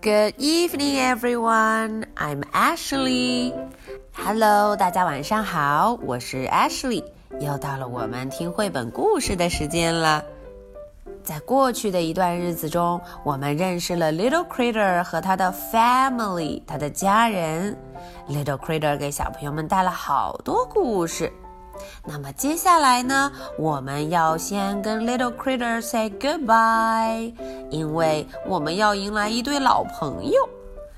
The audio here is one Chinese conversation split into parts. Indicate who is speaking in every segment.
Speaker 1: Good evening, everyone. I'm Ashley. Hello，大家晚上好，我是 Ashley。又到了我们听绘本故事的时间了。在过去的一段日子中，我们认识了 Little Critter 和他的 family，他的家人。Little Critter 给小朋友们带了好多故事。那么接下来呢，我们要先跟 Little Critter say goodbye，因为我们要迎来一对老朋友。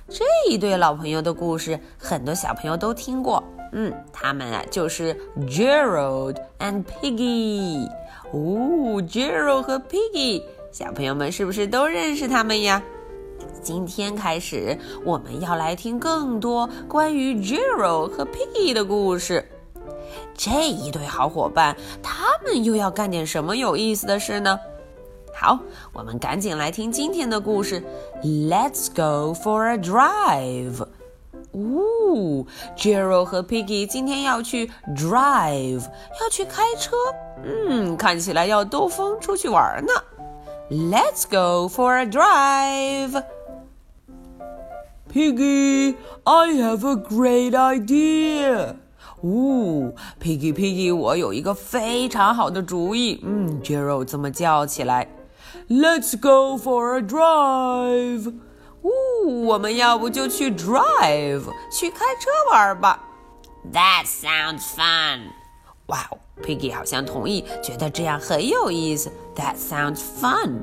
Speaker 1: 这一对老朋友的故事，很多小朋友都听过。嗯，他们啊就是 Gerald and Piggy。哦，Gerald 和 Piggy，小朋友们是不是都认识他们呀？今天开始，我们要来听更多关于 Gerald 和 Piggy 的故事。这一对好伙伴，他们又要干点什么有意思的事呢？好，我们赶紧来听今天的故事。Let's go for a drive。呜、g e r o 和 Piggy 今天要去 drive，要去开车。嗯，看起来要兜风出去玩呢。Let's go for a drive。Piggy, I have a great idea. 哦，Piggy Piggy，我有一个非常好的主意。嗯，Gerald 这么叫起来，Let's go for a drive。哦，我们要不就去 drive，去开车玩吧。That sounds fun。哇哦，Piggy 好像同意，觉得这样很有意思。That sounds fun。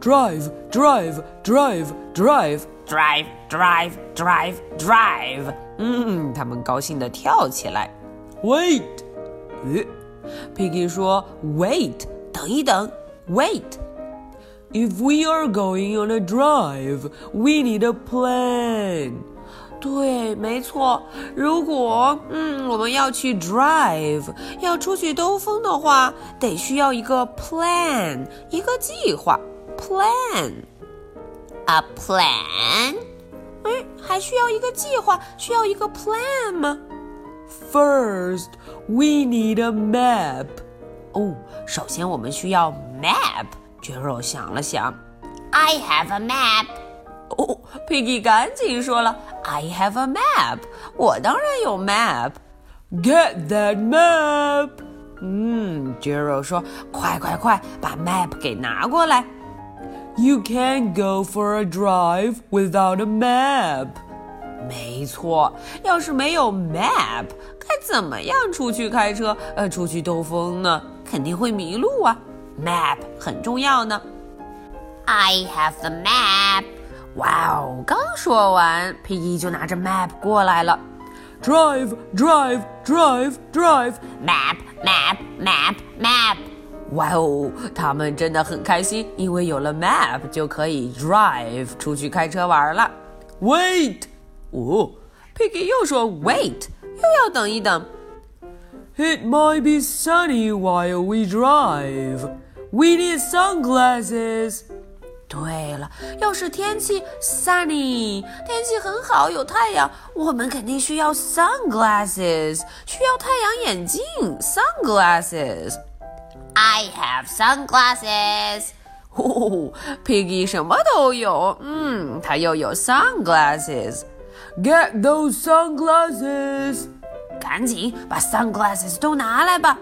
Speaker 2: Drive, drive, drive, drive.
Speaker 1: drive drive drive drive。嗯，他们高兴地跳起来。
Speaker 2: Wait,
Speaker 1: 咦，Piggy 说：“Wait，等一等，Wait。
Speaker 2: if we are going on a drive, we need a plan.
Speaker 1: 对，没错。如果嗯，我们要去 drive，要出去兜风的话，得需要一个 plan，一个计划。plan。A plan？哎，还需要一个计划，需要一个 plan 吗？
Speaker 2: First, we need a map.
Speaker 1: 哦，首先我们需要 map。Gerald 想了想，I have a map。哦，Piggy 赶紧说了，I have a map。我当然有 map。
Speaker 2: Get that map.
Speaker 1: 嗯，Gerald 说，快快快，把 map 给拿过来。
Speaker 2: You can't go for a drive without a map.
Speaker 1: 没错，要是没有 map，该怎么样出去开车？呃，出去兜风呢？肯定会迷路啊。map 很重要呢。I have the map。哇哦，刚说完，Piggy 就拿着 map 过来了。
Speaker 2: Drive, drive, drive, drive.
Speaker 1: map map map map。哇哦，他们真的很开心，因为有了 map 就可以 drive 出去开车玩了。
Speaker 2: Wait,
Speaker 1: 哦，Piggy 又说 wait，又要等一等。
Speaker 2: it might be sunny while we drive. We need sunglasses.
Speaker 1: 对了，要是天气 sunny，天气很好，有太阳，我们肯定需要 sunglasses，需要太阳眼镜 sunglasses。I have sunglasses。哦，Piggy 什么都有，嗯，他又有 sunglasses。
Speaker 2: Get those sunglasses.
Speaker 1: 赶紧把 sunglasses 都拿来吧。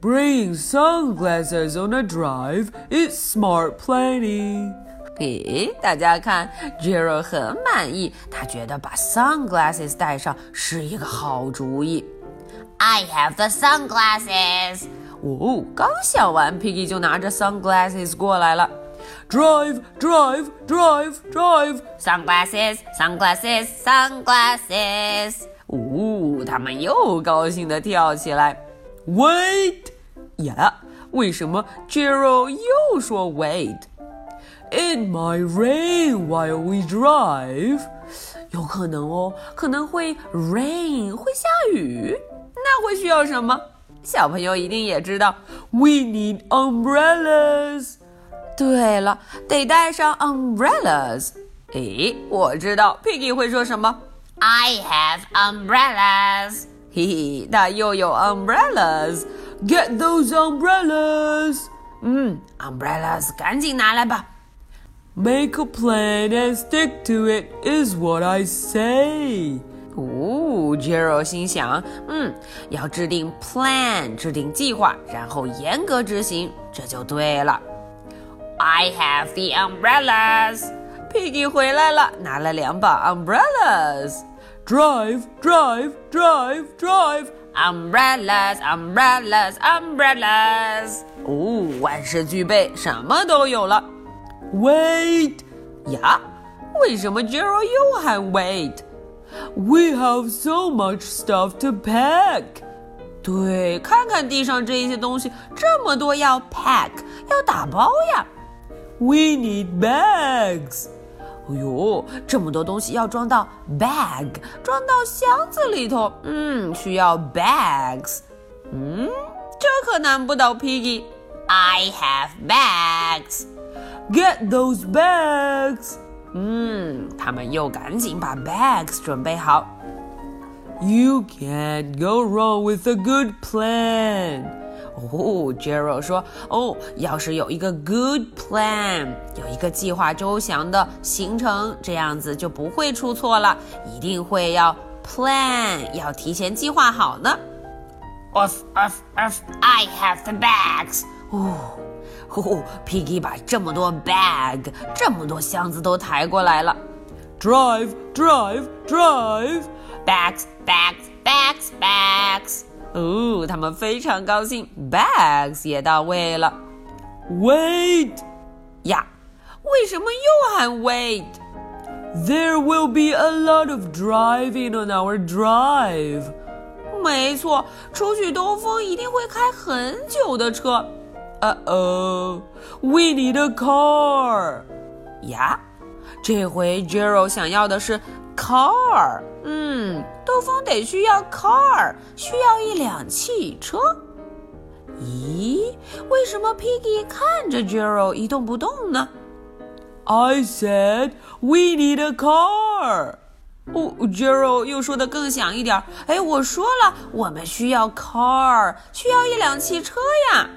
Speaker 2: Bringing sunglasses on a drive is smart planning.
Speaker 1: 诶，大家看，Gerald 很满意，他觉得把 sunglasses 戴上是一个好主意。I have the sunglasses。哦，刚想完，Piggy 就拿着 sunglasses 过来了。
Speaker 2: Drive, drive, drive, drive.
Speaker 1: Sunglasses, sunglasses, sunglasses。哦，他们又高兴地跳起来。
Speaker 2: Wait,
Speaker 1: 呀，为什么 Gerald 又说 wait？
Speaker 2: it might rain while we drive.
Speaker 1: 有可能哦，可能会 rain 会下雨，那会需要什么？小朋友一定也知道。
Speaker 2: We need umbrellas.
Speaker 1: 对了，得带上 umbrellas。诶，我知道 Piggy 会说什么。I have umbrellas。嘿嘿，他又有 umbrellas。
Speaker 2: Get those umbrellas.
Speaker 1: 嗯，umbrellas 赶紧拿来吧。
Speaker 2: Make a plan and stick to it is what I say.
Speaker 1: 哦，Jero 心想，嗯，要制定 plan，制定计划，然后严格执行，这就对了。I have the umbrellas。Piggy 回来了，拿了两把 umbrellas。
Speaker 2: Drive, drive, drive, drive.
Speaker 1: Umbrellas, umbrellas, umbrellas。哦，万事俱备，什么都有了。
Speaker 2: Wait,
Speaker 1: 呀，为什么 Jero 又喊 wait？
Speaker 2: we have so much stuff to pack.
Speaker 1: 对，看看地上这些东西，这么多要 pack，要打包呀。
Speaker 2: We need bags.
Speaker 1: 哎呦，这么多东西要装到 bag，装到箱子里头。嗯，需要 bags。嗯，这可难不倒 Piggy。I have bags。
Speaker 2: Get those bags.
Speaker 1: 嗯，他们又赶紧把 bags 准备好。
Speaker 2: You can't go wrong with a good plan.
Speaker 1: 哦 j e r o 说：“哦，要是有一个 good plan，有一个计划周详的行程，这样子就不会出错了。一定会要 plan，要提前计划好呢。” Of of of, I have the bags. 哦，哦，Piggy 把这么多 bag，这么多箱子都抬过来了。
Speaker 2: Drive, drive, drive.
Speaker 1: Bags, bags, bags, bags. 哦，他们非常高兴，bags 也到位了
Speaker 2: Wait,
Speaker 1: 呀。为什么又喊 wait？
Speaker 2: there will be a lot of driving on our drive.
Speaker 1: 没错，出去兜风一定会开很久的车
Speaker 2: Uh oh, we need a car.
Speaker 1: 呀。这回 Jero 想要的是 car，嗯，兜风得需要 car，需要一辆汽车。咦，为什么 Piggy 看着 Jero 一动不动呢？
Speaker 2: I said we need a car.
Speaker 1: 哦，Jero 又说的更响一点儿。哎，我说了，我们需要 car，需要一辆汽车呀。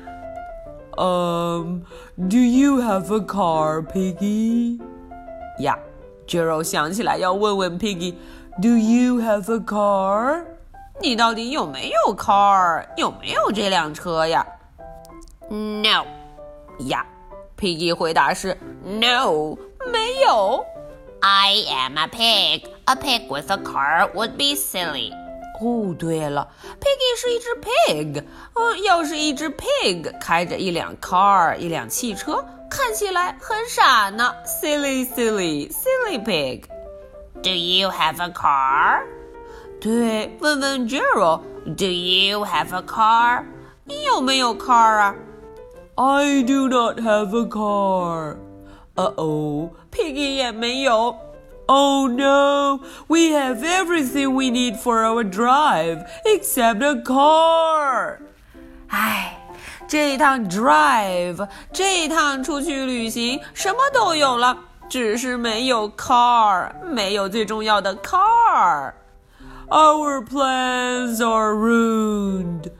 Speaker 2: Um, do you have a car, Piggy?
Speaker 1: 呀，Jero 想起来要问问 Piggy，
Speaker 2: Do you have a car?
Speaker 1: 你到底有没有 car？有没有这辆车呀？No，呀，Piggy 回答是 No，没有。I am a pig. A pig with a car would be silly. 哦，对了，Piggy 是一只 pig。嗯，要是一只 pig 开着一辆 car，一辆汽车，看起来很傻呢。Silly, silly, silly pig. Do you have a car? 对，问问 Gerald。Do you have a car? 你有没有 car 啊
Speaker 2: I do not have a car.
Speaker 1: ？Uh oh, Piggy 也没有。
Speaker 2: Oh no, we have everything we need for our drive except a car.
Speaker 1: 唉，这一趟 drive，这一趟出去旅行，什么都有了，只是没有 car，没有最重要的 car，
Speaker 2: Our plans are ruined.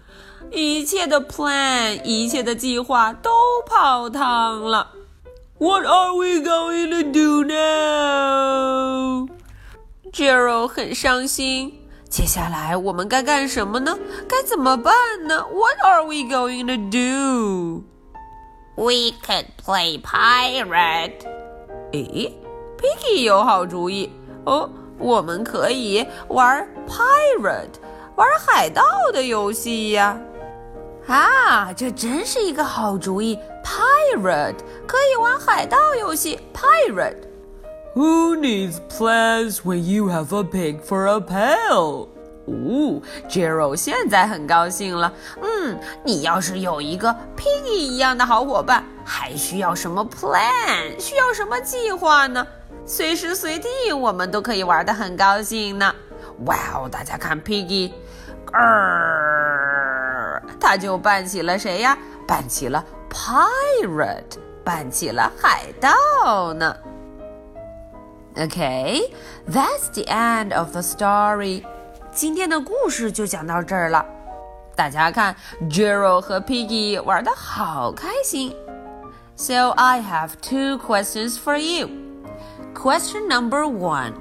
Speaker 1: 一切的 plan，一切的计划都泡汤了。
Speaker 2: What are we going to do now?
Speaker 1: Gerald 很伤心。接下来我们该干什么呢？该怎么办呢？What are we going to do? We could play pirate. 诶，Piggy 有好主意哦，我们可以玩 pirate，玩海盗的游戏呀。啊，这真是一个好主意！Pirate 可以玩海盗游戏，Pirate。
Speaker 2: Who needs plans when you have a pig for a pal?
Speaker 1: 哦，Jero 现在很高兴了。嗯，你要是有一个 Piggy 一样的好伙伴，还需要什么 plan？需要什么计划呢？随时随地我们都可以玩得很高兴呢。哇哦，大家看 Piggy，呃，他就扮起了谁呀？扮起了 pirate，扮起了海盗呢。Okay, that's the end of the story. 今天的故事就讲到这儿了。大家看 j e r o 和 Piggy 玩的好开心。 So I have two questions for you. Question number one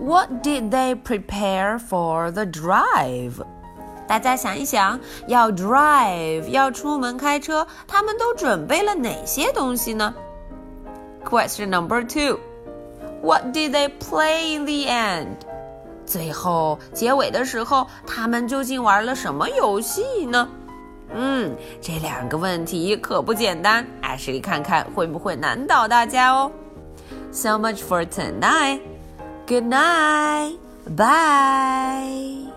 Speaker 1: What did they prepare for the drive? 大家想一想，要 drive 要出门开车，他们都准备了哪些东西呢？Question number two What did they play in the end? 最后结尾的时候，他们究竟玩了什么游戏呢？嗯，这两个问题可不简单，艾什莉看看会不会难倒大家哦。So much for tonight. Good night. Bye.